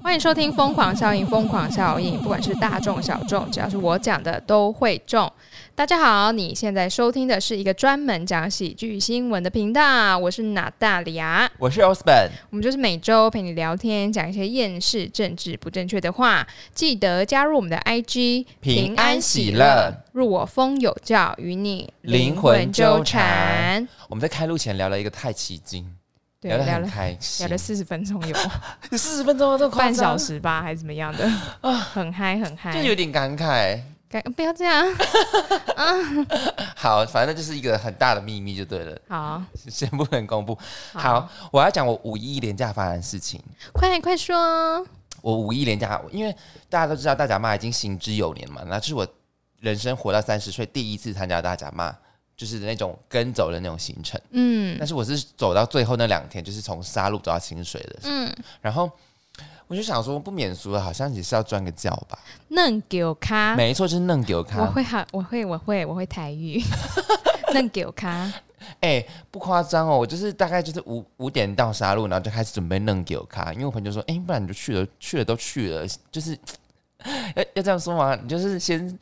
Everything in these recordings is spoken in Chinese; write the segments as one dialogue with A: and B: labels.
A: 欢迎收听《疯狂效应》，疯狂效应，不管是大众小众，只要是我讲的都会中。大家好，你现在收听的是一个专门讲喜剧新闻的频道，我是娜大里亚，
B: 我是 Osman，
A: 我们就是每周陪你聊天，讲一些厌世、政治不正确的话。记得加入我们的 IG，
B: 平安喜乐，
A: 入我风有教，与你
B: 灵魂纠
A: 灵
B: 缠
A: 魂纠。
B: 我们在开录前聊了一个太起劲，
A: 对，
B: 得
A: 聊
B: 很
A: 了
B: 开
A: 聊
B: 心，
A: 了四十分钟 有，
B: 四十分钟啊，这么夸
A: 半小，
B: 张
A: 时吧，还是怎么样的， 很嗨很嗨
B: 就。有点感慨。
A: 该不要这样，
B: 好，反正就是一个很大的秘密就对了，
A: 好，
B: 先不能公布。好，我要讲我五一连假发生的事情。
A: 快快说，
B: 我五一连假，因为大家都知道大甲妈已经行之有年嘛，那这是我人生活到三十岁第一次参加大甲妈，就是那种跟走的那种行程。
A: 嗯
B: 但是我是走到最后那两天，就是从沙鹿走到清水的，
A: 嗯，
B: 然后我就想说，不免俗了，好像也是要赚个觉吧。
A: 嫩狗咖，
B: 没错，就是弄给我看
A: 我。会好，我会我会我会台 语，嫩狗咖，
B: 哎、不夸张哦，我就是大概就是五五点到沙鹿，然后就开始准备弄给我看，因为我朋友说，哎、不然你就去了，去了都去了，就是要要这样说吗？你就是先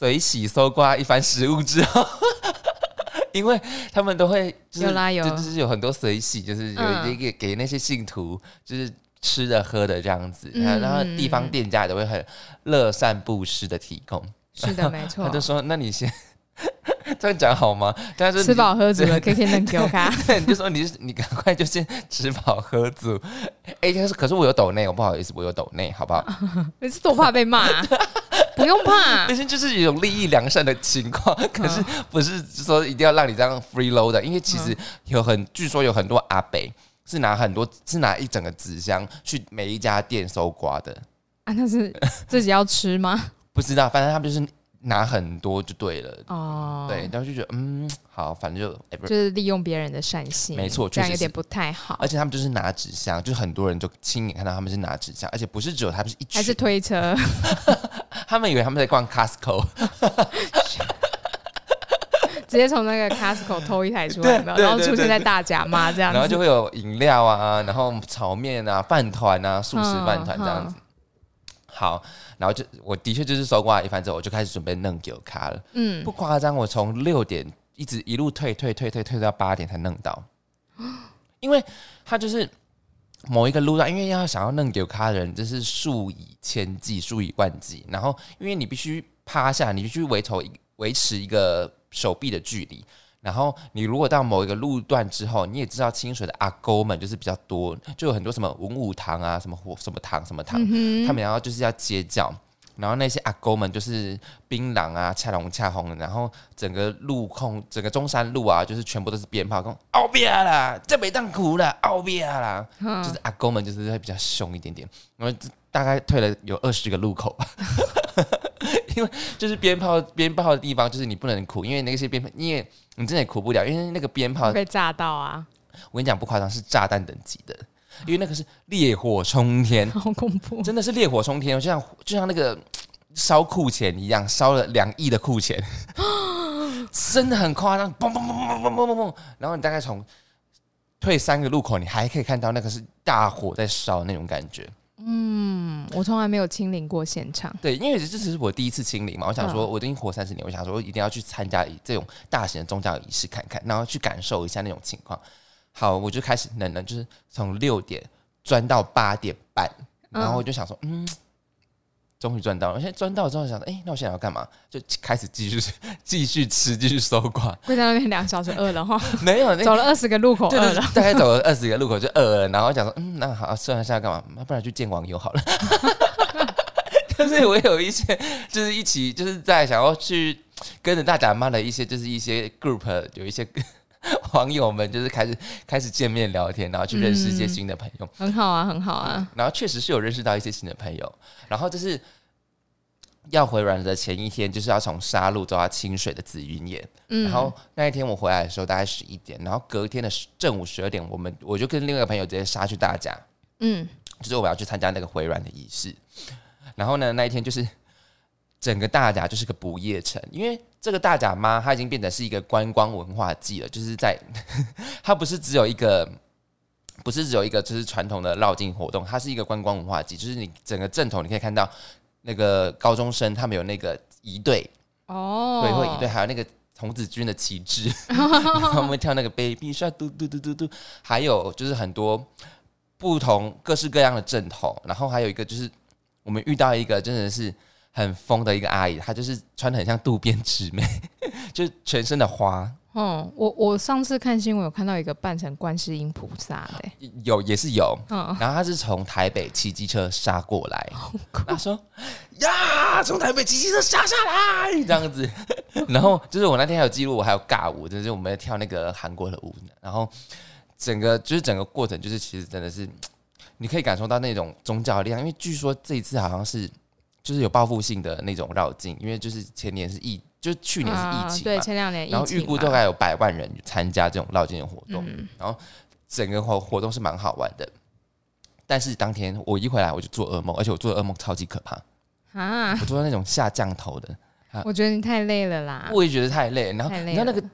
B: 随喜搜刮一番食物之后。 因为他们都会、就是、
A: 有啦有
B: 就就是有很多随喜，就是有
A: 嗯
B: 一给给那些信徒，就是吃的喝的这样子，
A: 嗯
B: 然后地方店家也都会很乐善布施的提供。
A: 是的，没错
B: 他， 就说：“那你先这样讲好吗？”他说：“
A: 吃饱喝足了，
B: 对
A: 可以先嫩狗咖，
B: 你就说你是你赶快就先吃饱喝足。哎、但是可是我有抖内，我不好意思，我有抖内，好不好？
A: 每次都怕被 骂，不用怕
B: 但，是就是有一种利益良善的情况，可是
A: 嗯
B: 不是说一定要让你这样 free load 的，因为其实有很据说有很多阿北是拿很多是拿一整个纸箱去每一家店搜刮的，
A: 啊，那是自己要吃吗？
B: 不知道，反正他们就是拿很多就对了。
A: 哦，
B: 对，，然后就觉得嗯，好，反正就哎不是
A: 就是利用别人的善心，
B: 没错确
A: 这样
B: 实
A: 有点
B: 是
A: 不太好
B: 而，且他们就是拿纸箱，就是很多人就亲眼看到他们是拿纸箱，而且不是只有他们是一群，
A: 还是推 车，
B: 他们以为他们在逛 Costco，
A: 直接从那个 Costco 偷一台出
B: 对
A: 来，有没有
B: 对
A: 然后
B: 对
A: 出现
B: 对
A: 在大甲妈这样子，
B: 然后就会有饮料啊，然后炒面啊、饭团啊、素食饭团这样子。好，然后就我的确就是搜刮了一番之后，我就开始准备弄给我咖了。
A: 嗯，
B: 不夸张，我从六点一直一路退退退退退到八点才弄到，因为他就是某一个路段，因为要想要弄给咖的人，这是数以千计、数以万计。然后因为你必须趴下，你必须维头维持一个手臂的距离。然后你如果到某一个路段之后，你也知道清水的阿沟们就是比较多，就有很多什么文武堂啊，什么火什么堂什么堂，他们然后就是要接教，然后那些阿沟们就是槟榔啊、恰龙恰红的，然后整个路控、整个中山路啊，就是全部都是鞭炮，跟奥比亚啦，这北当苦啦，奥比亚啦，就是阿沟们就是会比较凶一点点，然后大概退了有二十个路口吧。 因为就是鞭炮鞭炮的地方，就是你不能哭，因为那些鞭炮，因为你真的也哭不了，因为那个鞭炮，
A: 被炸到啊，
B: 我跟你讲不夸张，是炸弹等级的，因为那个是烈火冲天，
A: 好恐怖，
B: 真的是烈火冲天，就像就像那个烧库钱一样，烧了两亿的库钱，真的很夸张，嘣嘣嘣嘣嘣嘣嘣嘣，然后你大概从退三个路口，你还可以看到那个是大火在烧那种感觉。
A: 嗯，我从来没有亲临过现场，
B: 对，因为这只是我第一次清零嘛，我想说我已经活三十年，我想说一定要去参加这种大型的宗教仪式看看，然后去感受一下那种情况。好，我就开始冷了，就是从六点钻到八点半，
A: 嗯
B: 然后我就想说，嗯。终于赚到了！现在赚到之后想说，哎、那我现在要干嘛？就开始继续 继续吃，继续搜刮。
A: 跪在那边两小时，饿了 哈，
B: 没有，那
A: 走了二十个路口，
B: 对
A: 饿
B: 对，对
A: 了，
B: 大概走了二十个路口就饿了，然后讲说，嗯，那好，算了，下要干嘛？那不然去见网友好了。 就是我有一些，就是一起，就是在想要去跟着大甲妈的一些，就是一些 group 有一些 网友们，就是开始开始见面聊天，然后去认识一
A: 嗯
B: 些新的朋友，
A: 很好啊，很好啊，
B: 然后确实是有认识到一些新的朋友，然后就是要回软的前一天，就是要从沙鹿走到清水的紫云岩，
A: 嗯
B: 然，后那一天我回来的时候大概十一点，然后隔天的10正午十二点，我们我就跟另外一个朋友直接杀去大家，
A: 嗯，
B: 就是我要去参加那个回软的仪式。然后呢，那一天就是整个大甲就是个不夜城，因为这个大甲妈它已 经变成是一个观光文化季了，就是在它不是只有一个不是只有一个就是传统的绕境活动，它是一个观光文化季，就是你整个正头你可以看到那个高中生他们有那个仪队，
A: 哦，
B: 对，会仪队，还有那个童子军的旗帜，然后他们会跳那个 baby shark 嘟嘟嘟嘟嘟，还有就是很多不同各式各样的阵头，然后还有一个就是我们遇到一个真的是很疯的一个阿姨，她就是穿的很像渡边直美， 就是全身的花，
A: 嗯，我我上次看新闻有看到一个扮成观世音菩萨的、
B: 有也是有，
A: 嗯，
B: 然后她是从台北骑机车杀过来，她说呀，从台北骑机车杀下来这样子， 然后就是我那天还有记录，我还有尬舞，就是我们在跳那个韩国的舞，然后整个就是整个过程就是其实真的是你可以感受到那种宗教的力量，因为据说这一次好像是就是有报复性的那种绕境，因为就是前年是疫，就是去年是疫
A: 啊
B: 情
A: 对，
B: 嘛，
A: 前两年疫情
B: 然
A: 嘛，
B: 后预估大概有百万人参加这种绕境的活动，
A: 嗯，
B: 然后整个活活动是蛮好玩的。但是当天我一回来我就做噩梦，而且我做的噩梦超级可 怕，
A: 啊，
B: 我做到那种下降头的，
A: 我觉得你太累了啦，
B: 我也觉得太累。然后
A: 啊太
B: 你
A: 累
B: 知道那个
A: 了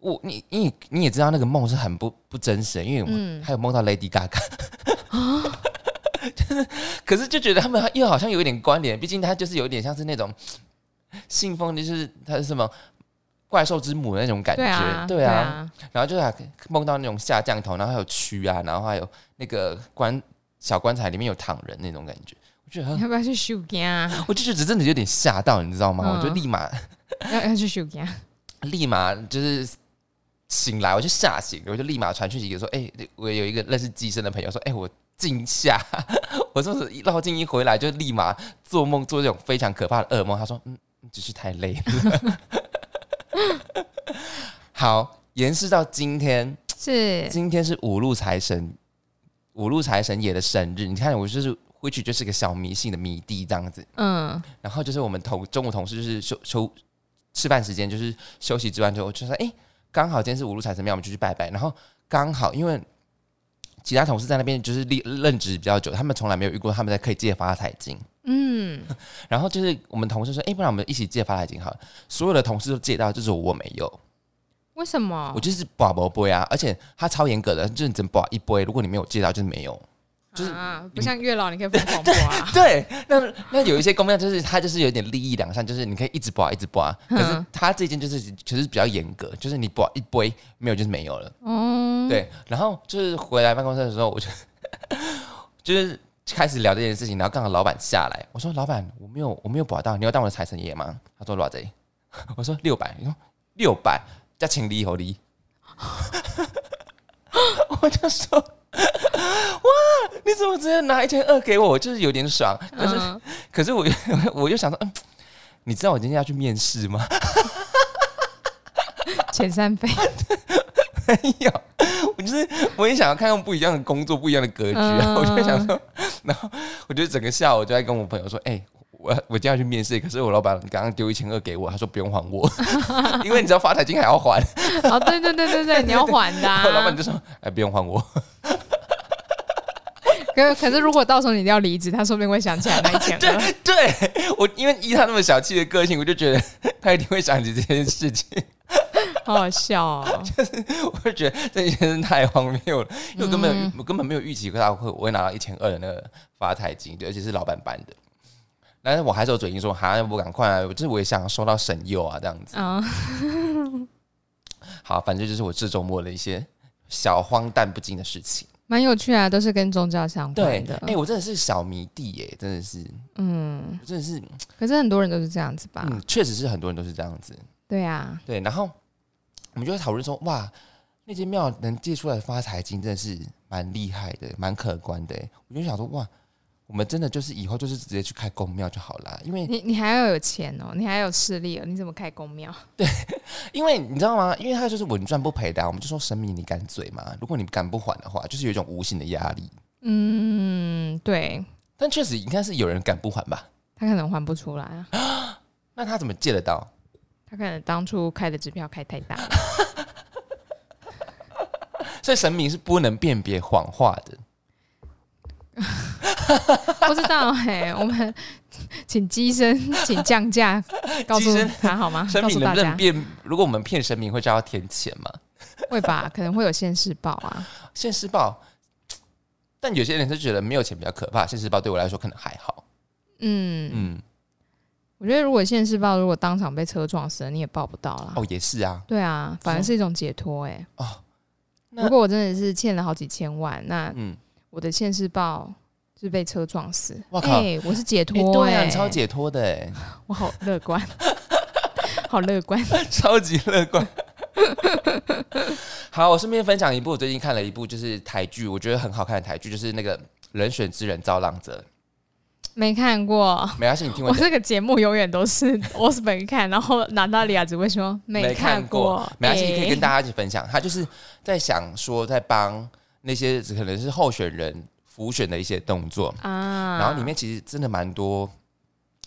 B: 我你你你也知道那个梦是很不不真实的，因为我、
A: 嗯啊
B: 还有梦到 Lady Gaga 可 是就觉得他们又好像有一点关联，毕竟他就是有点像是那种信奉，就是他是什么怪兽之母的那种感觉，
A: 对啊，
B: 对啊然后就还梦到那种下降头，然后还有蛆啊，然后还有那个棺小棺材里面有躺人那种感觉，我觉
A: 你
B: 得
A: 要不要去修根啊？
B: 我就觉得真的有点吓到，你知道吗？
A: 嗯
B: 我就立马
A: 要要去修根啊？
B: 立马就是醒来，我就吓醒，我就立马传讯息给说，哎、我有一个认识机身的朋友说，哎、我惊吓， 我说是一绕境一回来就立马做梦做这种非常可怕的噩梦，他说，嗯，只是太累了。 好，延续到今天，
A: 是
B: 今天是五路财神，五路财神爷的生日。你看，我就是回去就是个小迷信的迷弟这样子。
A: 嗯，
B: 然后就是我们同中午同事就是休休吃饭时间，就是休息之完之后，就说：“哎、刚好今天是五路财神庙，我们就去拜拜。”然后刚好因为其他同事在那边就是历任职比较久，他们从来没有遇过他们在可以借发财金。
A: 嗯，
B: 然后就是我们同事说：“哎、不然我们一起借发财金好了。”所有的同事都借到，就是我没有。
A: 为什么？
B: 我就是保不杯啊，而且他超严格的，就是你只能保一杯，如果你没有借到就是没有。就是
A: 啊，不像月老，你可以疯狂播啊。
B: 对，那那有一些公庙就是他就是有点利益两善，就是你可以一直啊保一直保，可是
A: 嗯
B: 他这件就是其实比较严格，就是你保一杯没有就是没有了。
A: 哦，
B: 对，然后就是回来办公室的时候，我就 就是开始聊这件事情，然后刚好老板下来，我说老板我没有我没有保到，你要当我的财神爷吗？他说多少贼， 我说六百，你说六百加请离和离， 我就说 哇你怎么直接拿一千二给我，我就是有点爽，可是、
A: 嗯
B: 可是我我又想 说嗯。你知道我今天要去面试吗？
A: 前三飞，
B: 没有，哎我就是我也想要看看不一样的工作、不一样的格局啊。
A: 嗯
B: 我就想说，然后我就整个下午就在跟我朋友说：“哎、我我今天要去面试，可是我老板刚刚丢一千二给我，他说不用还我， 因为你知道发财金还要还。
A: 哦，对对对对对，你要还的、
B: 然
A: 啊
B: 后。老板就说：“哎，不用还我。
A: 可可是如果到时候你要离职，他说不定会想起来那一千
B: 对
A: 二。”
B: 对，我因为依他那么小气的个性，我就觉得 他一定会想起这件事情。
A: 好好笑哦。
B: 我就觉得这件事太荒谬了，因为我根本、我
A: 嗯
B: 根本没有预期到会我会拿到一千二的那个发财金，对而且是老板颁的。但是我还是有嘴硬说，哈，要不赶快、啊，我就是我也想收到神佑啊，这样子。
A: 啊、
B: 好，反正就是我这周末的一些小荒诞不经的事情。
A: 蛮有趣啊，都是跟宗教相
B: 对
A: 关的，。
B: 哎、我真的是小迷弟耶、真的是，
A: 嗯，
B: 我真的是，
A: 可是很多人都是这样子吧？
B: 嗯，确实是很多人都是这样子。
A: 对啊，
B: 对，然后我们就在讨论说，哇，那间庙能借出来的发财金真的是蛮厉害的，蛮可观的欸。我就想说，哇，我们真的就是以后就是直接去开公庙就好啦，因为
A: 你你还要有钱哦，你还要有势力哦，你怎么开公庙？
B: 因为你知道吗？因为他就是稳赚不赔的啊、我们就说神明你敢嘴嘛，如果你敢不还的话，就是有一种无形的压力。
A: 嗯，对
B: 但确实应该是有人敢不还吧？
A: 他可能还不出来啊，
B: 那他怎么借得到？
A: 他可能当初开的支票开太 大了。
B: 所以神明是不能辨别谎话的。
A: 不知道哎、我们请机身，请降价，告诉
B: 机身
A: 他好 吗？
B: 神
A: 告
B: 明
A: 诉
B: 能
A: 大
B: 不能
A: 家
B: 辨？如果我们骗神明，会叫他填钱吗？
A: 会吧？可能会有现世报啊。
B: 现世报但有些人就觉得没有钱比较可怕，现实报对我来说可能还好。
A: 嗯，
B: 嗯，
A: 我觉得如果现世报如果当场被车撞死了，你也报不到啦。
B: 哦，也是啊，
A: 对啊，反而
B: 是
A: 是一种解脱哎、欸。
B: 哦，那
A: 如果我真的是欠了好几千万，那
B: 嗯，
A: 我的现世报是被车撞死，
B: 哇靠
A: 欸我是解
B: 哎、
A: 脱
B: 对
A: 哎、
B: 啊，你超解脱的 哎，
A: 我好乐观，好乐观。
B: 超级乐观。 好，我顺便分享一部我最近看了一部就是台剧，我觉得很好看的台剧，就是那个《人选之人造浪者
A: 没看过》。，
B: 没关系，你听
A: 我
B: 我讲。
A: 这个节目永远都是我是本看，然后拿大利亚只会说看过，欸
B: 没关系，可以跟
A: 大
B: 大家一起分享。他就是在想说，在帮那些可能是候选人浮选的一些动作，
A: 啊。
B: 然后里面其实真的蛮多，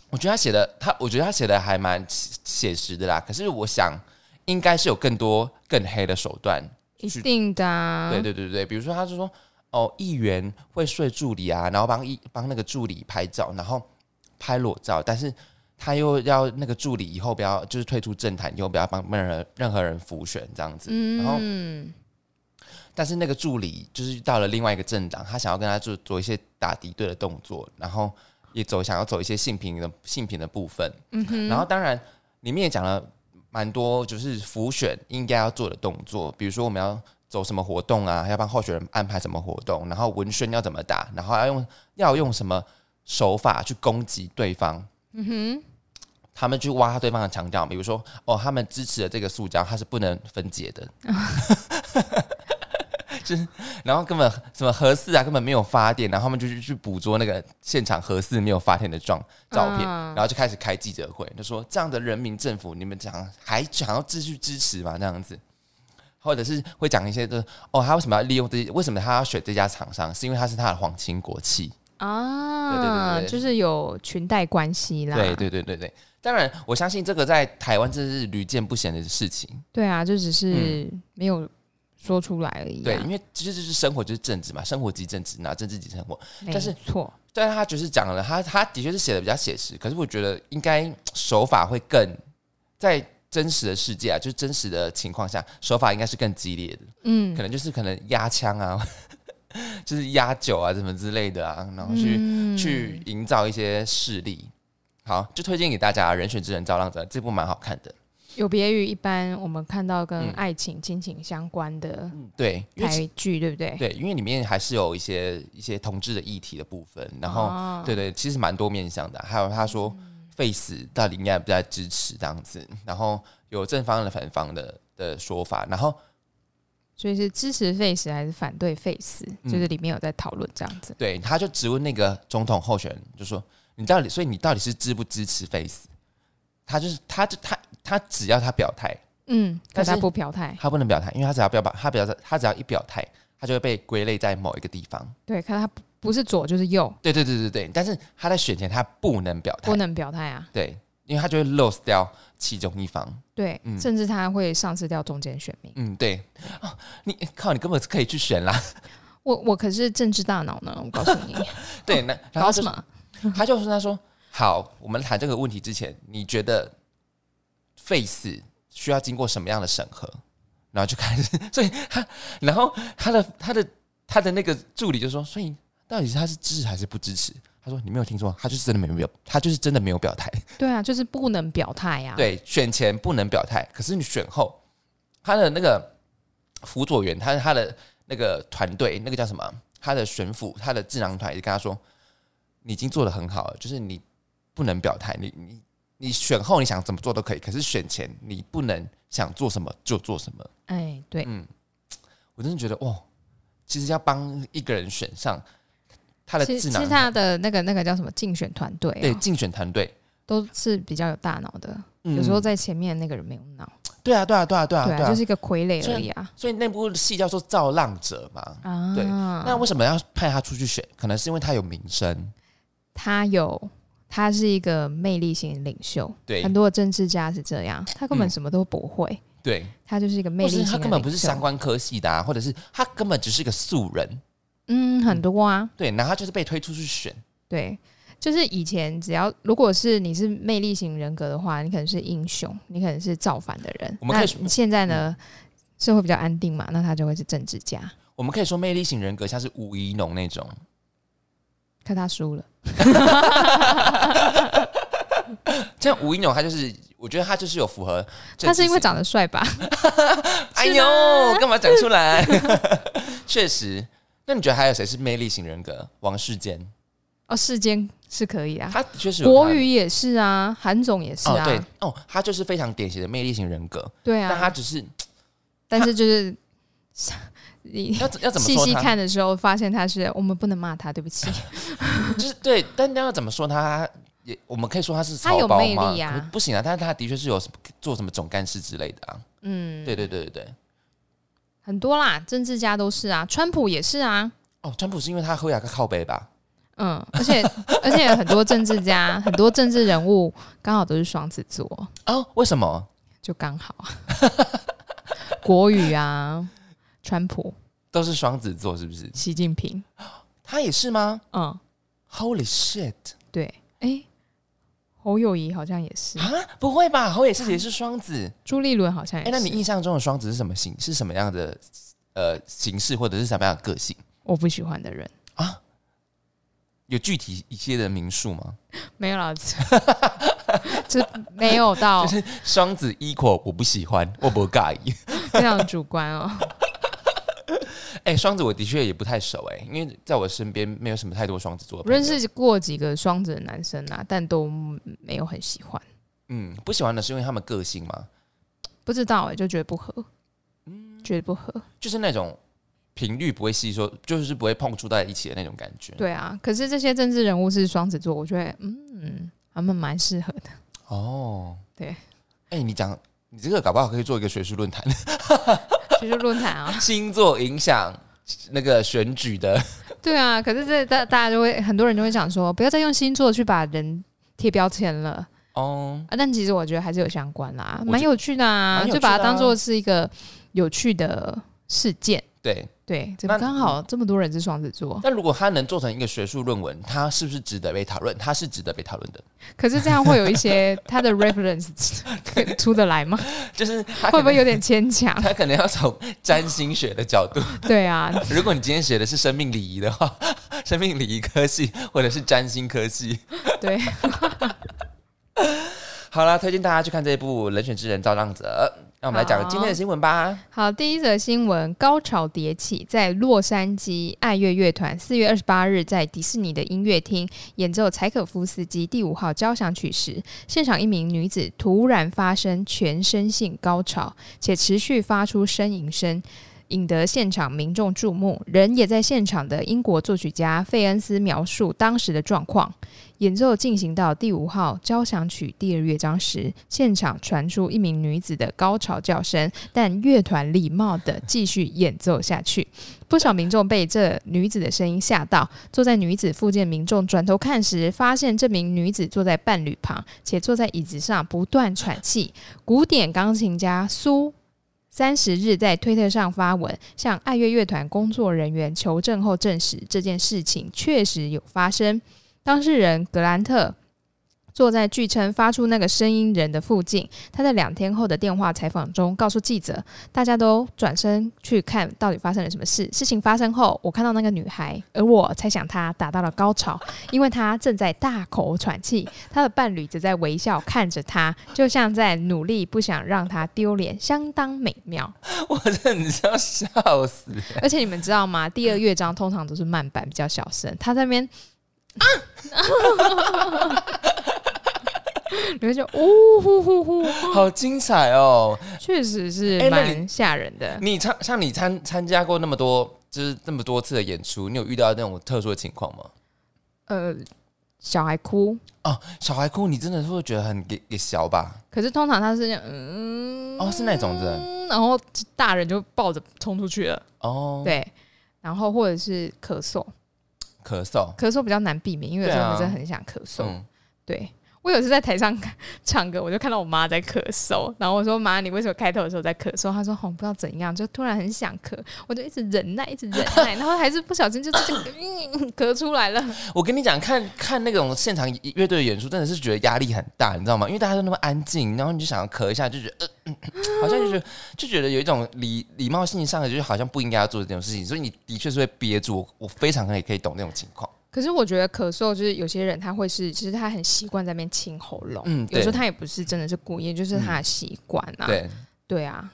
B: 我觉得他写的，他我觉得他写的还蛮写写实的啦。可是我想，应该是有更多更黑的手段。
A: 一定的、啊，
B: 对对对对，比如说他就说，哦，议员会睡助理啊，然后帮一帮那个助理拍照，然后拍裸照，但是他又要那个助理以后不要，就是退出政坛以后不要帮任何任何人浮选这样子。然后，
A: 嗯，
B: 但是那个助理就是到了另外一个政党，他想要跟他做做一些打敌对的动作，然后也走想要走一些性平的性平的部分。
A: 嗯哼，
B: 然后当然里面也讲了蛮多，就是浮选应该要做的动作，比如说我们要走什么活动啊，要帮候选人安排什么活动，然后文宣要怎么打，然后要用要用什么手法去攻击对方。
A: 嗯哼，
B: 他们去挖对方的墙角，比如说哦，他们支持的这个塑胶它是不能分解的， 就是然后根本什么核四啊根本没有发电，然后他们就去去捕捉那个现场核四没有发电的状照片，
A: 嗯
B: 然后就开始开记者会，就说这样的人民政府你们想还想要继续支持吗？这样子。或者是会讲一些，就是哦，他为什么要利用这些？为什么他要选这家厂商？是因为他是他的皇亲国戚。
A: 啊，
B: 对对对对
A: 就是有裙带关系啦，
B: 对对对对对，当然我相信这个在台湾这是屡见不鲜的事情。
A: 对啊，就只是没有说出来而已、啊
B: 嗯对，因为其实就是生活就是政治嘛，生活即政治，那政治即生活。
A: 没
B: 但是
A: 错，
B: 但是他就是讲了，他他的确是写的比较写实，可是我觉得应该手法会更在真实的世界啊，就是真实的情况下，手法应该是更激烈的，
A: 嗯
B: 可，能就是可能压枪啊， 就是压酒啊什么之类的啊，然后去、
A: 嗯
B: 去营造一些势力。好，就推荐给大家《人选之人造浪者》这部蛮好看的，
A: 有别于一般我们看到跟
B: 嗯
A: 爱情、亲情相关的
B: 对，因为其
A: 台剧，对不对？
B: 对，因为里面还是有一些一些同志的议题的部分，然后。
A: 哦
B: 对对，其实蛮多面向的。啊还有他说，face 到底应该不在支持这样子，然后有正方的反方的的说法，然后
A: 所以是支持 face 还是反对 face，、
B: 嗯
A: 就是里面有在讨论这样子。
B: 对他就质问那个总统候选人，就说你到底，所以你到底是支不支持 face？他就是他就他他只要他表态，
A: 嗯，可
B: 但是
A: 他不表态，
B: 他不能表态，因为他只要表表他表他只要一表态，他就会被归类在某一个地方。
A: 对，看他不不是左就是右，
B: 对对对对对，但是他在选前他不能表态
A: 不，能表态啊。
B: 对，因为他就会 lose 掉其中一方。
A: 对，
B: 嗯
A: 甚至他会丧失掉中间选民。
B: 嗯，对啊、你靠，你根本可以去选啦。
A: 我我可是政治大脑呢，我告诉你，
B: 对，那
A: 哦
B: 然
A: 搞
B: 后
A: 什
B: 就
A: 么？
B: 他就跟他说：“好，我们谈这个问题之前，你觉得 face 需要经过什么样的审核？”然后就开始， 所以他，然后他的他的他的那个助理就说：“所以到底是他是支持还是不支持？”他说：“你没有听错，他就是真的没有表，他就是真的没有表态。
A: 对啊，就是不能表态呀、啊。，
B: 对，选前不能表态，可是你选后，他的那个辅佐员，他他的那个团队，那个叫什么？啊他的选辅，他的智囊团也跟他说，你已经做的很好了，就是你不能表态，你你你选后你想怎么做都可以，可是选前你不能想做什么就做什么。
A: 哎，对，
B: 嗯，我真的觉得哇，其实要帮一个人选上他的
A: 其
B: 智
A: 实其
B: 囊
A: 实
B: 团，
A: 他的那个那个叫什么竞选团队、
B: 对
A: 啊，
B: 竞选团队，
A: 都是比较有大脑的，
B: 嗯
A: 有时候在前面那个人没有脑，
B: 对啊对啊对啊对啊
A: 对
B: 对啊，
A: 啊，就是一个傀儡而已啊。
B: 所以那部戏叫做《造浪者》嘛，
A: 啊，
B: 对那为什么要派他出去选？可能是因为他有名声，
A: 他有，他是一个魅力型领袖，
B: 对
A: 很多的政治家是这样，他根本
B: 嗯
A: 什么都不会，
B: 对，
A: 他就是一个魅
B: 或
A: 力型
B: 是
A: 的领袖。
B: 他根本不是相关科系的啊，或者是他根本只是个素人，
A: 嗯，很多啊，
B: 对，然后他就是被推出去选，
A: 对。就是以前只要如果是你是魅力型人格的话，你可能是英雄，你可能是造反的人。
B: 我们可以嗯
A: 那现在呢，社会比较安定嘛，那他就会是政治家。
B: 我们可以说魅力型人格像是吴怡农那种，
A: 看他输了，
B: 像吴怡农他就是，我觉得他就是有符合政治性，
A: 他是因为长得帅吧？
B: 哎
A: 是
B: 呦
A: 吗，
B: 干嘛讲出来？ 确实，那你觉得还有谁是魅力型人格？王世坚，
A: 哦，世间是可以啊，
B: 他确实有
A: 国
B: 他
A: 语也是啊，韩总也是
B: 哦
A: 啊，，
B: 对哦，他就是非常典型的魅力型人格，
A: 对
B: 但
A: 啊
B: 他，只是
A: 但是就是 你
B: 要怎要怎么
A: 细
B: 说
A: 细
B: 他？
A: 看的时候，发现他是我们不能骂他，对不 起，
B: 就是对，但要怎么说他？他也我们可以说他是
A: 他有
B: 草包
A: 魅
B: 吗
A: 力啊
B: 可不行啊，但是他的确是有什么做什么总干事之类的啊。
A: 嗯，
B: 对对对对对。
A: 很多啦，政治家都是啊，川普也是啊，
B: 哦，川普是因为他喝雅克靠背吧？
A: 嗯，而且 而且很多政治家、很多政治人物刚好都是双子座，
B: 哦，为什么？
A: 就刚 好。国语啊，川普、
B: 都是双子座是不是？
A: 习近平，
B: 他也是吗
A: 嗯，
B: ？Holy shit！
A: 对，哎、侯友谊好像也是，
B: 啊，不会吧？侯也是也是双子。
A: 朱立伦好像
B: 哎、
A: 也是。
B: 那你印象中的双子是什么形？是什么样的呃形式，或者是什么样的个性？
A: 我不喜欢的人
B: 有具体一些的描述吗？
A: 没 有啦，就没有到
B: 就是双子 equal 我不喜欢，我不介意。
A: 非常主观哦。
B: 哎、双子我的确也不太熟哎、因为在我身边没有什么太多双子座的
A: 我
B: 朋友。
A: 认识过几个双子的男生啊，但都没有很喜欢。
B: 嗯，不喜欢的是因为他们个性嘛，
A: 不知道哎、就觉得不合，嗯，觉得不合。
B: 就是那种频率不会吸收，就是不会碰触在一起的那种感觉。
A: 对啊，可是这些政治人物是双子座，我觉得嗯，他们蛮适合 的。
B: 哦，
A: 对，
B: 哎、你讲你这个搞不好可以做一个学术论坛，
A: 就是论坛啊，
B: 星座影响那个选举的。
A: 对啊。可是这大大家就会很多人就会想说，不要再用星座去把人贴标签了
B: 哦，
A: 啊。但其实我觉得还是有相关啦，
B: 我觉
A: 蛮有趣的啊，
B: 蛮有
A: 就
B: 趣的啊
A: 把它当做是一个有趣的事件。
B: 对。
A: 对，怎么
B: 那嗯
A: 刚好这么多人是双子座？
B: 但如果他能做成一个学术论文，他是不是值得被讨论？他是值得被讨论的，
A: 可是这样会有一些 他的 reference 可以出得来吗？
B: 就是他
A: 会
B: 可
A: 不会
B: 能
A: 有点牵强？
B: 他可能要从占星学的角度
A: 对啊，
B: 如果你今天学的是生命礼仪的话， 生命礼仪科系或者是占星科系，
A: 对，
B: 好啦，推荐大家去看这一部《人选之人造浪者》。那我们来讲
A: 好
B: 今天的新闻吧。
A: 好，第一则新闻，高潮迭起，在洛杉矶爱乐乐团四月二十八日在迪士尼的音乐厅演奏柴可夫斯基第五号交响曲时，现场一名女子突然发生全身性高潮，且持续发出呻吟声。引得现场民众注目，人也在现场的英国作曲家费恩斯描述当时的状况。演奏进行到第五号交响曲第二乐章时，现场传出一名女子的高潮叫声，但乐团礼貌的继续演奏下去。不少民众被这女子的声音吓到，坐在女子附近的民众转头看时，发现这名女子坐在伴侣旁，且坐在椅子上不断喘气。古典钢琴家苏。三十日在推特上发文，向爱乐乐团工作人员求证后证实这件事情确实有发生。当事人格兰特坐在据称发出那个声音人的附近。他在两天后的电话采访中告诉记者，大家都转身去看到底发生了什么事。事情发生后，我看到那个女孩，而我猜想她达到了高潮， 因为她正在大口喘气，她的伴侣则在微笑看着她，就像在努力不想让她丢脸，相当美妙。
B: 我真的是要笑死！
A: 而且你们知道吗？第二乐章通常都是慢板，比较小声。他在那边， 啊，你会觉得，呜呼呼呼，
B: 好精彩哦！
A: 确实是
B: 哎那你嗯
A: 蛮吓人的。
B: 你参像你参参加过那么多，就是那么多次的演出，你有遇到那种特殊的情况吗？
A: 呃，小孩哭，
B: 哦，小孩哭，你真的会觉得很给给小吧？
A: 可是通常他是这样嗯，
B: 哦是那种人
A: 然后大人就抱着冲出去了，
B: 哦，，
A: 对。然后或者是咳嗽，
B: 咳嗽，
A: 咳嗽比较难避免，因为有时候我们
B: 对啊
A: 真的很想咳嗽。
B: 嗯，
A: 对我有一次在台上 唱歌，我就看到我妈在咳嗽，然后我说：“妈，你为什么开头的时候在咳嗽？”她说：“哦，不知道怎样，就突然很想咳，我就一直忍耐，一直忍 耐，然后还是不小心就这个嗯 咳出来了。
B: 我跟你讲，看看那种现场乐队的演出，真的是觉得压力很大，你知道吗？因为大家都那么安静，然后你就想要咳一下，就觉得呃 好像就觉得就觉得有一种礼礼貌性上的，就是好像不应该要做这种事情，所以你的确是会憋住。我我非常可以可以懂那种情况。
A: 可是我觉得咳嗽就是有些人他会是，其实他很习惯在那边清喉咙，
B: 嗯
A: 有
B: 对嗯
A: 时候他也不是真的是故意，就是他的习惯啊。
B: 对，
A: 对啊，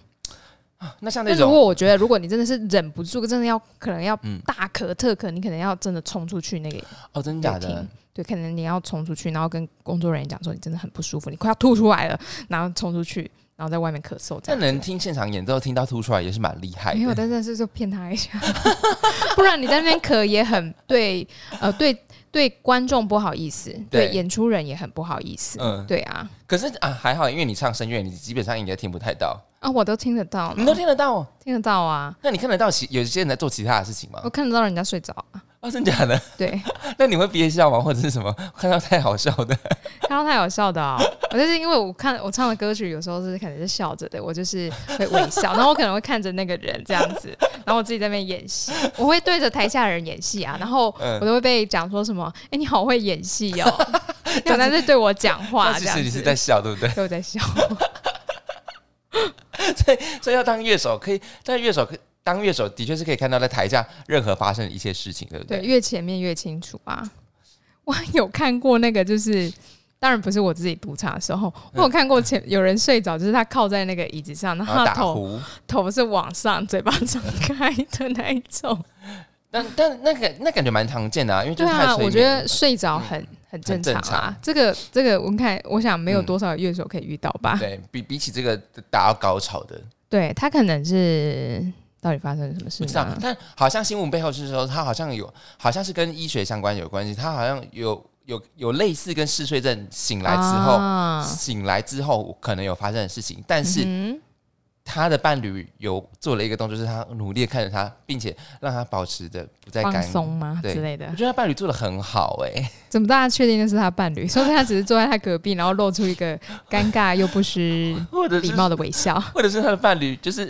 B: 那像那
A: 但如果
B: 种
A: 我觉得，如果你真的是忍不住，真的要可能要
B: 嗯
A: 大咳特咳，你可能要真的冲出去那个
B: 哦，真的假
A: 客
B: 的
A: 厅？，对，可能你要冲出去，然后跟工作人员讲说你真的很不舒服，你快要吐出来了，然后冲出去，然后在外面咳嗽这
B: 那
A: 样。
B: 能听现场演奏听到吐出来也是蛮厉害
A: 没有，
B: 的。
A: 但是是就骗他一下， 不然你在那边咳也很对，呃，对对，观众不好意思，对
B: 对
A: 演出人也很不好意思，
B: 嗯，
A: 对啊，
B: 可是啊还好，因为你唱声乐，你基本上应该听不 太到，
A: 啊，我都听得到
B: 你
A: 呢，
B: 都听得到。
A: 听得到啊，
B: 那你看得到其有些人在做其他的事情吗
A: 我？看得到人家睡着啊，
B: 哦，真假的？
A: 对，
B: 那你会憋笑吗？或者是什么？看到太好笑 的，
A: 看到太好笑的哦，我就是因为我看我唱的歌曲有时候是可能是笑着的，我就是会微笑，然后我可能会看着那个人这样子，然后我自己在那边演戏，我会对着台下的人演戏啊，然后
B: 嗯
A: 我都会被讲说什么，哎、你好会演戏 哦，有男在对我讲话
B: 但
A: 这
B: 其
A: 样
B: 实你
A: 子
B: 是，在笑，对不对？
A: 对我在笑，
B: 所以要当乐手，可以，但乐手可以当乐手的确是可以看到在台下任何发生的一些事情，对不
A: 对，
B: 对？
A: 越前面越清楚啊，我有看过那个就是。当然不是我自己独唱的时候，我有看过前有人睡着，就是他靠在那个椅子上，然
B: 然
A: 后
B: 后
A: 他
B: 打
A: 头
B: 呼，
A: 头是往上，嘴巴张开的那一种。
B: 但但那个那感觉蛮常见的啊，因为 就
A: 对
B: 是太
A: 啊，
B: 催
A: 我觉
B: 眠了
A: 得睡着很很正常
B: 很正
A: 啊
B: 常。嗯
A: 这个这个，我们看，我想没有多少乐手可以遇到吧？
B: 对比比起这个打到高潮的，
A: 对他可能是到底发生了什么事
B: 不知道
A: 呢。？
B: 但好像新闻背后是说，他好像有，好像是跟医学相关有关系，他好像有有有类似跟嗜睡症醒来之后，
A: 啊
B: 醒来之后可能有发生的事情，但是
A: 嗯
B: 他的伴侣有做了一个动作，就是他努力地看着他，并且让他保持着不再
A: 哼
B: 干
A: 放。松吗
B: 对
A: 之类
B: 我
A: 的？
B: 觉得他伴侣做的很好哎、
A: 怎么大家确定那是他伴 侣？说不定他只是坐在他隔壁，然后露出一个尴尬又不失
B: 或者
A: 礼
B: 是
A: 貌的微笑，
B: 或者是他的伴侣，就是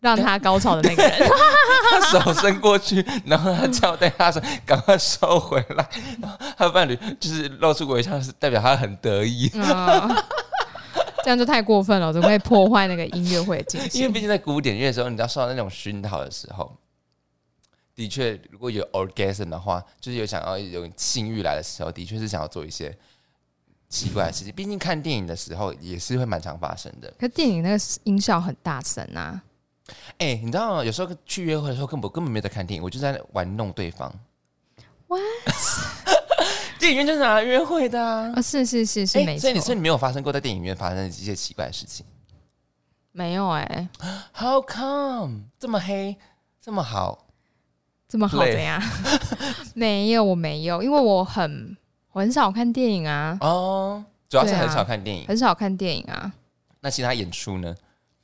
A: 让他高潮的那个 人。
B: 他手伸过去，然后他叫对他说 赶快收回来，然后他的伴侣就是露出微笑，是代表他很得意，
A: 嗯，这样就太过分了，怎么会破坏那个音乐会的 进
B: 因
A: 行
B: 为？毕竟在古典乐的时候，你知道受到那种熏陶的时候，的确如果有 orgasm 的话，就是有想要有性欲来的时候，的确是想要做一些奇怪的事情。毕竟看电影的时候也是会蛮常发生的。
A: 可电影那个音效很大声啊，
B: 哎、你知道有时候去约会的时候，根本根本没有在看电影，我就在玩弄对方。
A: What？
B: 电影院就是拿来约会的啊。
A: 啊是是是是
B: 哎
A: 没错，
B: 所以你是没有发生过在电影院发生的一些奇怪的事情
A: 没有哎、
B: ？How come 这么黑这么好？
A: 这么好
B: 累
A: 怎样？ 没有，我没有，因为我很我很少看电影啊，
B: 哦，主要是
A: 对啊
B: 很少看电影。
A: 很少看电影啊，
B: 那其他演出呢，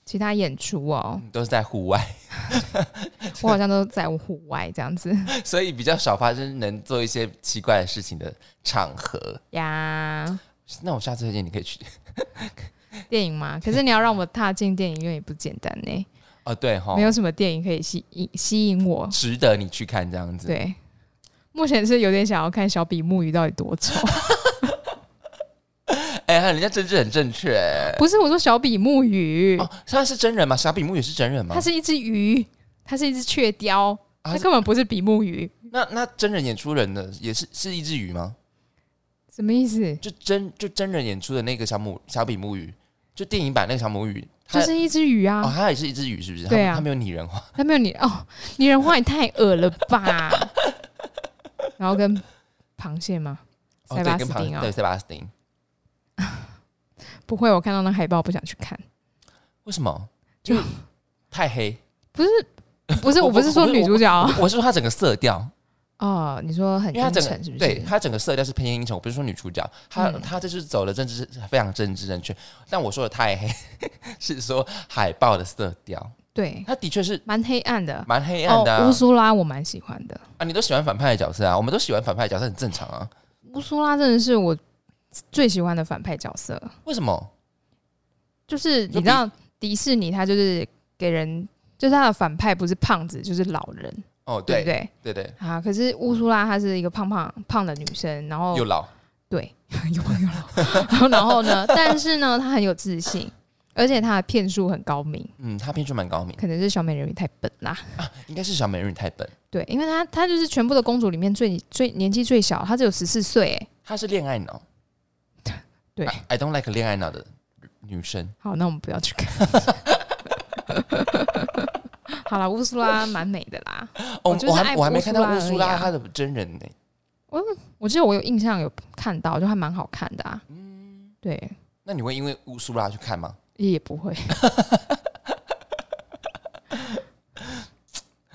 A: 其他演出哦，
B: 都是在户外，
A: 我好像都在户外这样 子
B: 所以比较少发生能做一些奇怪的事情的场合。
A: 呀。
B: 那我下次推荐你可以去。
A: 电影嘛，可是你要让我踏进电影院也不简单呢、
B: 哦，对哈，
A: 没有什么电影可以吸引吸引我。
B: 值得你去看这样子。
A: 对，目前是有点想要看小比目鱼到底多丑，
B: 哎、人家政治很正确、
A: 不是我说小比目鱼，
B: 哦，他是真人吗？小比目也是真人吗
A: 它？是一只鱼，它是一只雀雕，
B: 啊
A: 它
B: 是
A: 根本不是比目鱼，
B: 那那真人演出人的也是是一只鱼吗？
A: 什么意思？
B: 就真就真人演出的那个小母小比目鱼，就电影版那个小母鱼，它
A: 就是一只鱼
B: 哦，
A: 啊，
B: 它也是一只鱼，是不是？它
A: 对啊
B: 它没有拟人化，
A: 它没有你哦，拟人化也太恶了 吧！然后跟螃蟹吗？
B: 哦，
A: 塞
B: 对，
A: 巴
B: 跟
A: 斯
B: 螃
A: 汀啊、
B: 对塞巴斯汀，
A: 不会，我看到那海报不想去 看。
B: 为什么？就
A: 就
B: 太黑，
A: 不是，
B: 我
A: 我不是说女主角哦，
B: 我是说它整个色调，
A: 哦你说很
B: 因为它
A: 阴
B: 整个
A: 沉是不
B: 对
A: 是？
B: 它整个色调是偏阴沉，我不是说女主角，它
A: 嗯
B: 它这就是走了政治非常政治正确，但我说的太黑 是说海报的色调，
A: 对，
B: 它的确是
A: 蛮黑暗的。
B: 蛮黑暗的
A: 哦，
B: 啊
A: 乌苏拉我蛮喜欢的，
B: 啊！你都喜欢反派的角色啊，我们都喜欢反派的角色，很正常啊。
A: 乌苏拉真的是我最喜欢的反派角色。
B: 为什么？
A: 就是你
B: 就
A: 知道迪士尼，它就是给人，就是它的反派不是胖子就是老人，
B: 哦，
A: 对不
B: 对
A: 对？
B: 对对，
A: 啊，可是乌苏拉她是一个胖胖胖的女生，然后
B: 又老
A: 对有胖有老，然后呢，但是呢，她很有自信，而且他的骗术很高明，
B: 嗯，他骗术蛮高明，
A: 可能是小美人鱼太笨啦。
B: 应该是小美人鱼太笨。
A: 对，因为他他就是全部的公主里面最最年纪最小，他只有十四岁，哎，
B: 她是恋爱脑，
A: 对
B: I-，I don't like 恋爱脑的女生。
A: 好，那我们不要去看。 好啦，乌苏拉蛮美的啦。
B: 哦
A: 我，就是
B: 我还
A: 爱
B: 我还没看到
A: 乌
B: 乌
A: 苏
B: 苏
A: 拉而已啊
B: 拉她的真人呢、
A: 我记得我有印象有看到，就还蛮好看的啊。
B: 嗯
A: 对，
B: 那你会因为乌苏拉去看吗？
A: 也不会，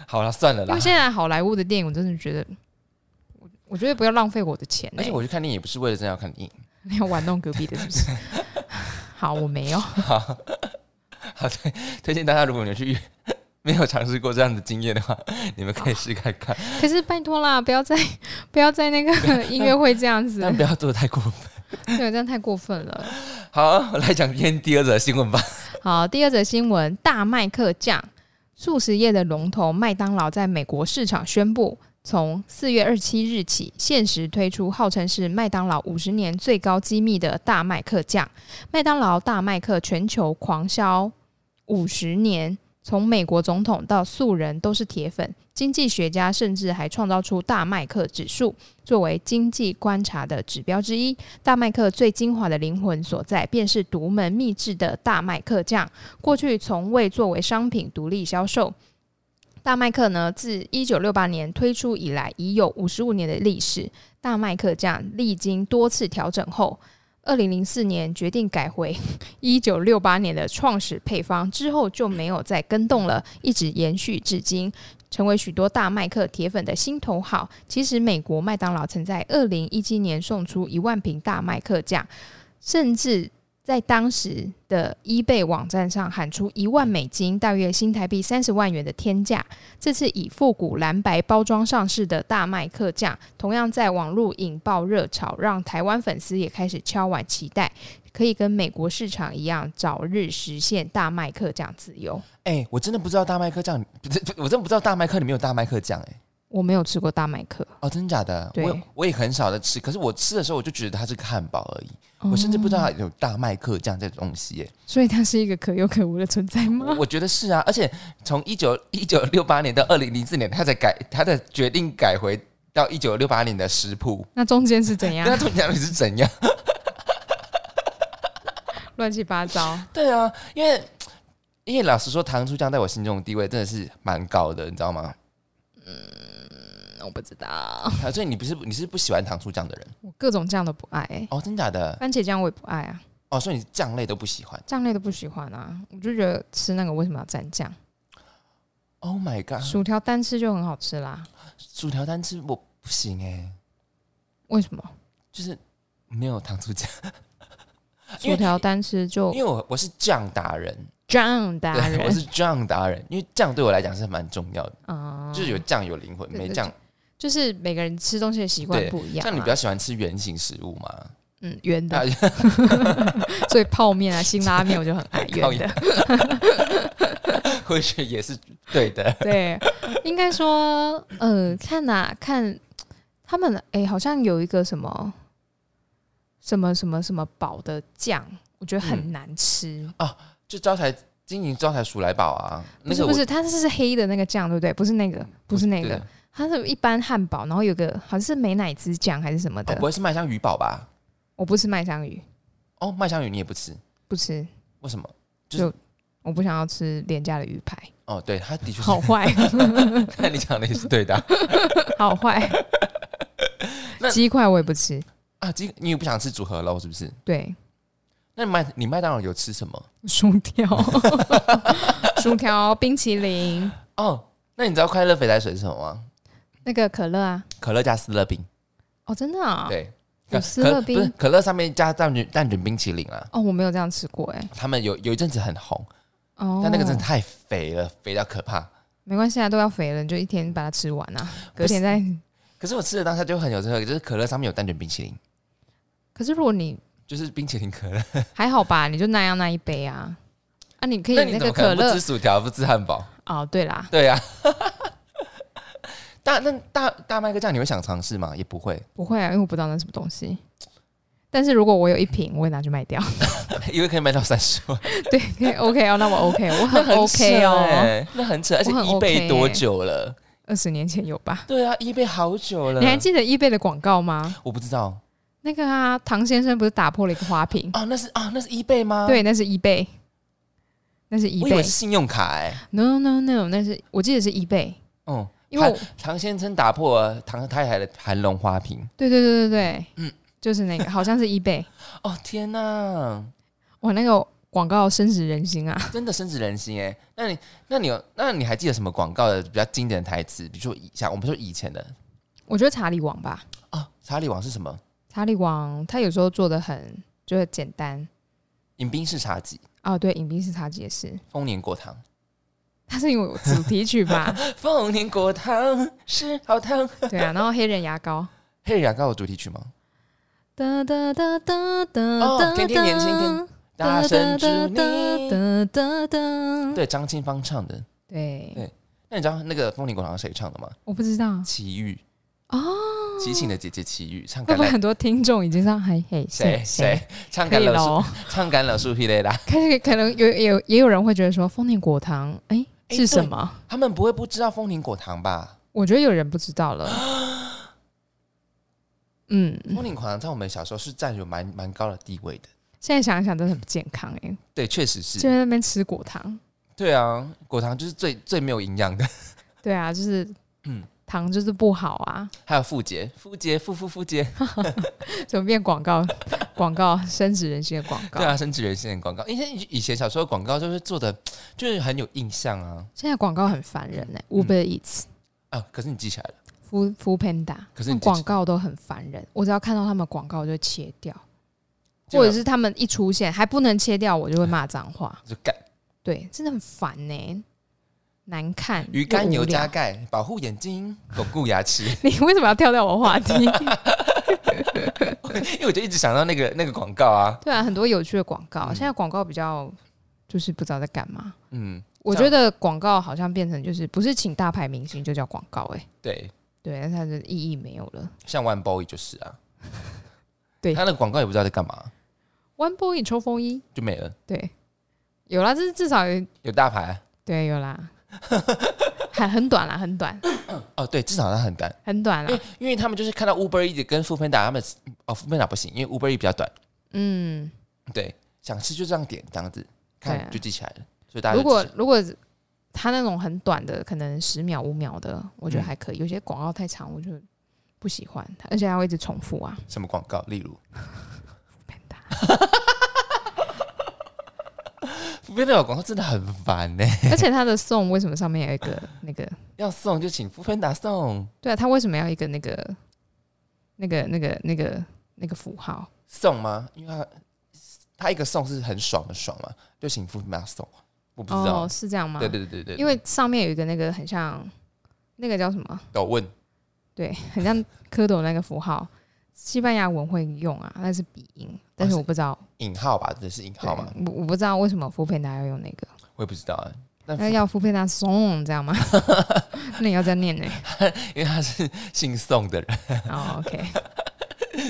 B: 好了，算了
A: 因
B: 啦
A: 为。现在好莱坞的电影，我真的觉得，我我觉得不要浪费我的钱、
B: 而且
A: 欸。
B: 我去看电影也不是为了真的要看电影。
A: 你 要玩弄隔壁的，是不是？ 好，我没有。
B: 好，好推推荐大家，如果你们去没有尝试过这样的经验的话，你们可以试看看，
A: 可是拜托啦，不要再不要再那个 音乐会这样子，
B: 但不要做得太过分。
A: 对，这样太过分了。
B: 好，我来讲今天第二则新闻吧。
A: 好，第二则新闻：大麦克酱，素食业的龙头麦当劳在美国市场宣布，从四月二十七日起，限时推出号称是麦当劳五十年最高机密的大麦克酱。麦当劳大麦克全球狂销五十年。从美国总统到素人都是铁粉，经济学家甚至还创造出大麦克指数作为经济观察的指标之一。大麦克最精华的灵魂所在，便是独门秘制的大麦克酱。过去从未作为商品独立销售。大麦克呢，自一九六八年推出以来，已有五十五年的历史。大麦克酱历经多次调整后，二零零四年决定改回 一九六八年的创始配方，之后就没有再更动了，一直延续至今。成为许多大麦克铁粉的心头好。其实，美国麦当劳曾在二零一七年送出一万瓶大麦克酱，甚至在当时的 eBay 网站上喊出一万美金，大约新台币三十万元的天价。这次以复古蓝白包装上市的大麦克酱，同样在网络引爆热潮，让台湾粉丝也开始敲碗期待，可以跟美国市场一样，早日实现大麦克酱自由。
B: 哎、我真的不知道大麦克酱，不是，我真的不知道大麦克里面有大麦克酱、哎，
A: 我没有吃过大麦克，
B: 哦，真的假的？
A: 对
B: 我我也很少在吃，可是我吃的时候我就觉得它是个汉堡而已，
A: 哦
B: 我甚至不知道它有大麦克酱这种东西、哎。
A: 所以它是一个可有可无的存在
B: 我
A: 吗？
B: 我觉得是啊，而且从一九一九六八年到二零零四年，他才改，他的决定改回到一九六八年的食谱，
A: 那中间是怎
B: 那
A: 样？
B: 他中间到底是怎样？
A: 乱七八糟。
B: 对啊，因为因为老实说，糖醋酱在我心中的地位真的是蛮高的，你知道吗？
A: 嗯我不知道，
B: 啊，所以你不是你是不喜欢糖醋酱的人
A: 我各种酱都不爱、欸，
B: 哦，真假的
A: 番茄酱我也不爱啊，
B: 哦，所以你酱类都不喜欢。
A: 酱类都不喜欢啊。我就觉得吃那个为什么要蘸酱？
B: Oh my god，
A: 薯条单吃就很好吃啦，
B: 薯条单吃我不行哎、
A: 为什么？
B: 就是没有糖醋酱，因
A: 薯
B: 为
A: 条单吃就
B: 因为我我是酱达人，
A: 酱达
B: 对，我
A: 人
B: 是酱达人，因为酱对我来讲是蛮重要的。
A: 啊，
B: 就是有酱有灵魂，
A: 对
B: 没
A: 对
B: 酱。
A: 就是每个人吃东西的习惯
B: 对
A: 不一样、啊。
B: 像你比较喜欢吃圆形食物嘛？
A: 嗯圆的
B: 啊，
A: 所以泡面啊、辛拉面我就很爱
B: 靠
A: 圆的
B: 腰。或许也是对的。
A: 对，应该说，呃，看呐、看他们，哎、好像有一个什么什么什么什么宝的酱，我觉得很
B: 嗯
A: 难吃。
B: 就招财经营招财鼠来宝啊，
A: 不
B: 那
A: 是
B: 个
A: 不
B: 我嗯
A: 是，它是黑的那个酱，对不对？不是那个，不是那
B: 对哦
A: 个
B: 的，
A: 它是一般汉堡，然后有个好像是美乃滋酱还是什么的。
B: 哦不会是麦香鱼堡吧？
A: 我不吃麦香鱼，
B: 哦，麦香鱼你也不吃，
A: 不吃，
B: 为什么？就是
A: 就我不想要吃廉价的鱼排，
B: 哦，对，它的确是
A: 好。坏，
B: 那你讲的也是对的啊
A: 好坏
B: 那。
A: 鸡块我也不吃，
B: 啊。这个你也不想吃组合肉是不是？
A: 对，
B: 那你麦你麦当劳有吃什么？
A: 薯 条，薯条，冰淇淋，
B: 哦，那你知道快乐肥仔水是什么吗？
A: 那个可乐啊，
B: 可乐加斯乐冰，
A: 哦，真的啊、
B: 对，
A: 有
B: 可
A: 斯乐
B: 可不是
A: 冰
B: 可乐上面加蛋卷蛋卷冰淇淋啊。
A: 哦，我没有这样吃过哎、
B: 他们有有一阵子很红，
A: 哦，
B: 但那个真的太肥了，肥到可怕。
A: 没关系啊，都要肥了，你就一天把它吃完啊，隔天再。
B: 可是我吃的当下就很有这个，就是可乐上面有蛋卷冰淇淋，
A: 可是如果你
B: 就是冰淇淋 可乐。
A: 还好吧，你就那样那一杯啊，啊，你可以
B: 那你
A: 那
B: 怎么
A: 个
B: 可
A: 可
B: 能不
A: 乐
B: 吃薯条，不吃汉堡？
A: 哦，对啦，
B: 对啊 呀、大那大大麦克酱你会想尝试吗？也不会。
A: 不会啊，因为我不知道那是什么东西。但是如果我有一瓶，我会拿去卖掉。
B: 因为可以卖到三十万，
A: 对可以，OK 哦，那我 OK，我很 OK
B: 很扯
A: 哦。
B: 欸那很扯，而且
A: 我很
B: 一
A: OK
B: 倍多久了？
A: 二十年前有吧？
B: 对啊，一倍好久了。
A: 你还记得 eBay 的广告吗？
B: 我不知道
A: 那个啊，唐先生不是打破了一个花瓶？
B: 哦，那是啊，那是一倍吗？，
A: 对，那是 eBay，那是
B: 我以为
A: eBay
B: 是。信用卡哎、
A: No No No，那是我记得是 eBay，
B: 嗯，
A: 因为我
B: 唐先生打破了唐太太的盘龙花瓶。
A: 对对对对对，
B: 嗯
A: 就是那个，好像是 eBay。
B: 哦天哪，
A: 哇，那个广告深植人心啊！
B: 真的深植人心哎、那你那你有那你还记得什么广告的比较经典的台词？比如说以像我们说以前的
A: 我觉得查理王吧，
B: 啊，查理王是什么？
A: 查理王他有时候做的很就是简单
B: 饮冰式茶几，
A: 哦，对，饮冰式茶几也是，
B: 丰年果糖，
A: 它是因为有主题曲吧？
B: 丰年果糖是好糖。
A: 对啊，然后黑人牙膏。
B: 黑人牙膏有主题曲吗？
A: 哒哒哒哒哒
B: 哦
A: 哒，
B: 天天年轻天大声祝你。
A: 哒哒哒哒。
B: 对，张清芳唱的。
A: 对，
B: 那你知道那个《风铃果糖》谁唱的吗？
A: 我不知道，
B: 齐豫
A: 哦，
B: 齐秦的姐姐齐豫唱《
A: 会
B: 橄
A: 不会
B: 榄》
A: 很多听众已经上嘿嘿
B: 谁
A: 谁
B: 谁唱《
A: 可
B: 橄
A: 以
B: 榄树
A: 喽？》
B: 唱《橄榄树》皮雷啦。
A: 可是可能有有也有人会觉得说丰年果糖，哎、
B: 哎
A: 是什
B: 对
A: 么？
B: 他们不会不知道《风铃果糖》吧？
A: 我觉得有人不知道 了。嗯，
B: 《风铃果糖》在我们小时候是占有蛮蛮高的地位的。
A: 现在想一想真的很不健康哎、
B: 对，确实。
A: 就是在那边吃果糖，
B: 对啊，果糖就是最最没有营养的。
A: 对啊，就是
B: 嗯
A: 糖就是不好啊，
B: 还有傅杰，傅杰，傅傅傅杰，
A: 怎么变广 告广告深植人心的广告
B: 对？啊，深植人心的广告。因为以前小时候广告就是做的，就是很有印象啊
A: 现在广告很烦人哎、u b e r Eats、
B: 啊。可是你记起来了，
A: Food Food Panda，
B: 可是你
A: 哦广告都很烦人，我只要看到他们广告我就切掉，
B: 就
A: 或者是他们一出现还不能切掉，我就会骂脏话。
B: 就干
A: 对，真的很烦呢、难看。
B: 鱼肝
A: 又
B: 油
A: 无聊
B: 加钙，保护眼睛，巩固牙齿。
A: 你为什么要跳掉我话 题？
B: 因为我就一直想到那个那个广告啊，
A: 对啊，很多有趣的广告，
B: 嗯
A: 现在广告比较就是不知道在干嘛。
B: 嗯，
A: 我觉得广告好像变成就是不是请大牌明星就叫广告哎、
B: 对，
A: 对，但它的意义没有了。
B: 像 One Boy 就是啊，
A: 对
B: 他那个广告也不知道在干嘛，
A: One Boy 抽风衣，
B: 就没了。
A: 对，有啦，这是至少有
B: 有大牌
A: 对有 啦，还很短啦，很短，
B: 哦，对，至少它很短，
A: 很短啊
B: 因为
A: 啦。
B: 因为他们就是看到 Uber E 跟 f o o p a n d a 他们哦 f o o p a n d a 不行，因为 Uber E 比较短，
A: 嗯，
B: 对，想吃就这样点这样子，
A: 对啊
B: 看就记起来了，所以大家就
A: 如果
B: 记起来
A: 如果他那种很短的，可能十秒五秒的，我
B: 嗯
A: 觉得还可以。有些广告太长，我就不喜欢，而且它会一直重复啊。
B: 什么广告，例如 f o o p a n d a 广告真的很烦呢、
A: 而且它的送为什么上面有一个那个？
B: 要送就请 f o o p a n d a 送
A: 对啊，他为什么要一个那个、那个、那个、那个、那个符号？
B: 送吗？因为他他一个送是很爽的爽嘛，就请 f o o p a n d a 送，我不知道。
A: 哦，是这样吗？
B: 对对对对对，
A: 因为上面有一个那个很像那个叫什么？
B: 有问
A: 对，很像蝌蚪那个符号，西班牙文会用啊，那是鼻音，但是
B: 哦是
A: 我不知道，
B: 引号吧，这是引号
A: 对
B: 吗？
A: 我我不知道为什么福佩达要用那个，
B: 我也不知道啊。那
A: 那要福佩达送这样 吗？ 那你要这样念呢、
B: 因为他是姓宋的人，
A: 哦，OK、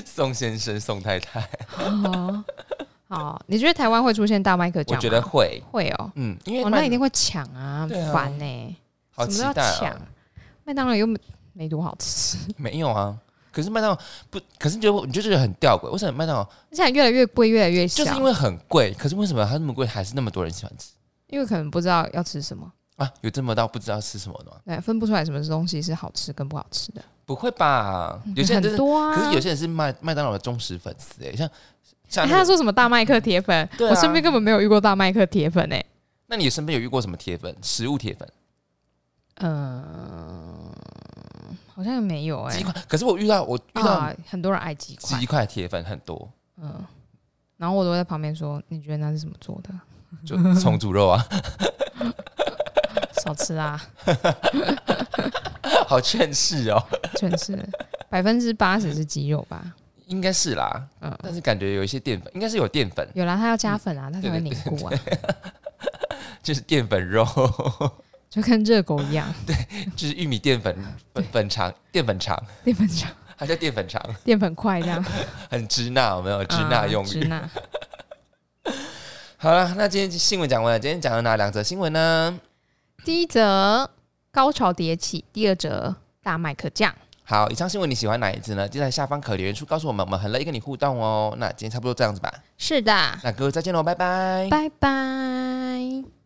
B: 宋先生、宋太太，
A: o k 哦，好，你觉得台湾会出现大麦克
B: 我
A: 酱吗？
B: 觉得会，
A: 会哦，
B: 嗯，因为
A: 哦，
B: 麦
A: 那一定会抢啊，
B: 对啊
A: 很烦呢、
B: 好期
A: 什么都
B: 待
A: 要
B: 啊
A: 抢，，麦当劳又没没多好吃，
B: 没有啊。可是麦当劳不，可是你觉得你就觉得很吊诡，为什么麦当劳
A: 而且还越来越贵，越来越小，
B: 就是因为很贵，可是为什么它那么贵，还是那么多人喜欢吃
A: 因为可能不知道要吃什么，
B: 啊？有这么到不知道吃什么的吗？
A: 对，分不出来什么东西是好吃跟不好吃的。
B: 不会吧？有些人
A: 很
B: 真是，
A: 多啊，
B: 可是有些人是麦麦当劳的忠实粉丝哎，像
A: 哎、
B: 像那
A: 他
B: 个，
A: 说什么大麦克铁粉，
B: 对啊
A: 我身边根本没有遇过大麦克铁粉哎、
B: 那你身边有遇过什么铁粉？食物铁粉？
A: 嗯、好像也没有哎、
B: 鸡块？可是我遇到我遇到
A: 啊，很多人爱鸡块
B: 鸡，块铁粉很多，
A: 嗯，然后我都在旁边说，你觉得那是怎么做的？
B: 就重组肉啊，
A: 少吃啊，
B: 好劝世哦，
A: 真是百分之八十是鸡肉吧？
B: 应该是啦，
A: 嗯
B: 但是感觉有一些淀粉，应该是有淀粉，
A: 有啦，它要加粉 啊，它才会
B: 对
A: 凝固啊，
B: 就是淀粉肉，
A: 就跟热狗一样，
B: 就是玉米淀粉粉粉肠淀粉肠，
A: 淀粉肠。
B: 它叫淀粉肠，
A: 淀粉块这样，
B: 很支那，有没有支那用
A: 啊
B: 语？
A: 支那，
B: 好了，那今天新闻讲完了，今天讲了哪两则新闻呢？
A: 第一则高潮迭起，第二则大麦可降。
B: 好，以上新闻你喜欢哪一则呢？就在下方可留言处告诉我们，我们很乐意跟你互动哦。那今天差不多这样子吧，
A: 是的，
B: 那各位再见喽，拜拜。
A: 拜拜。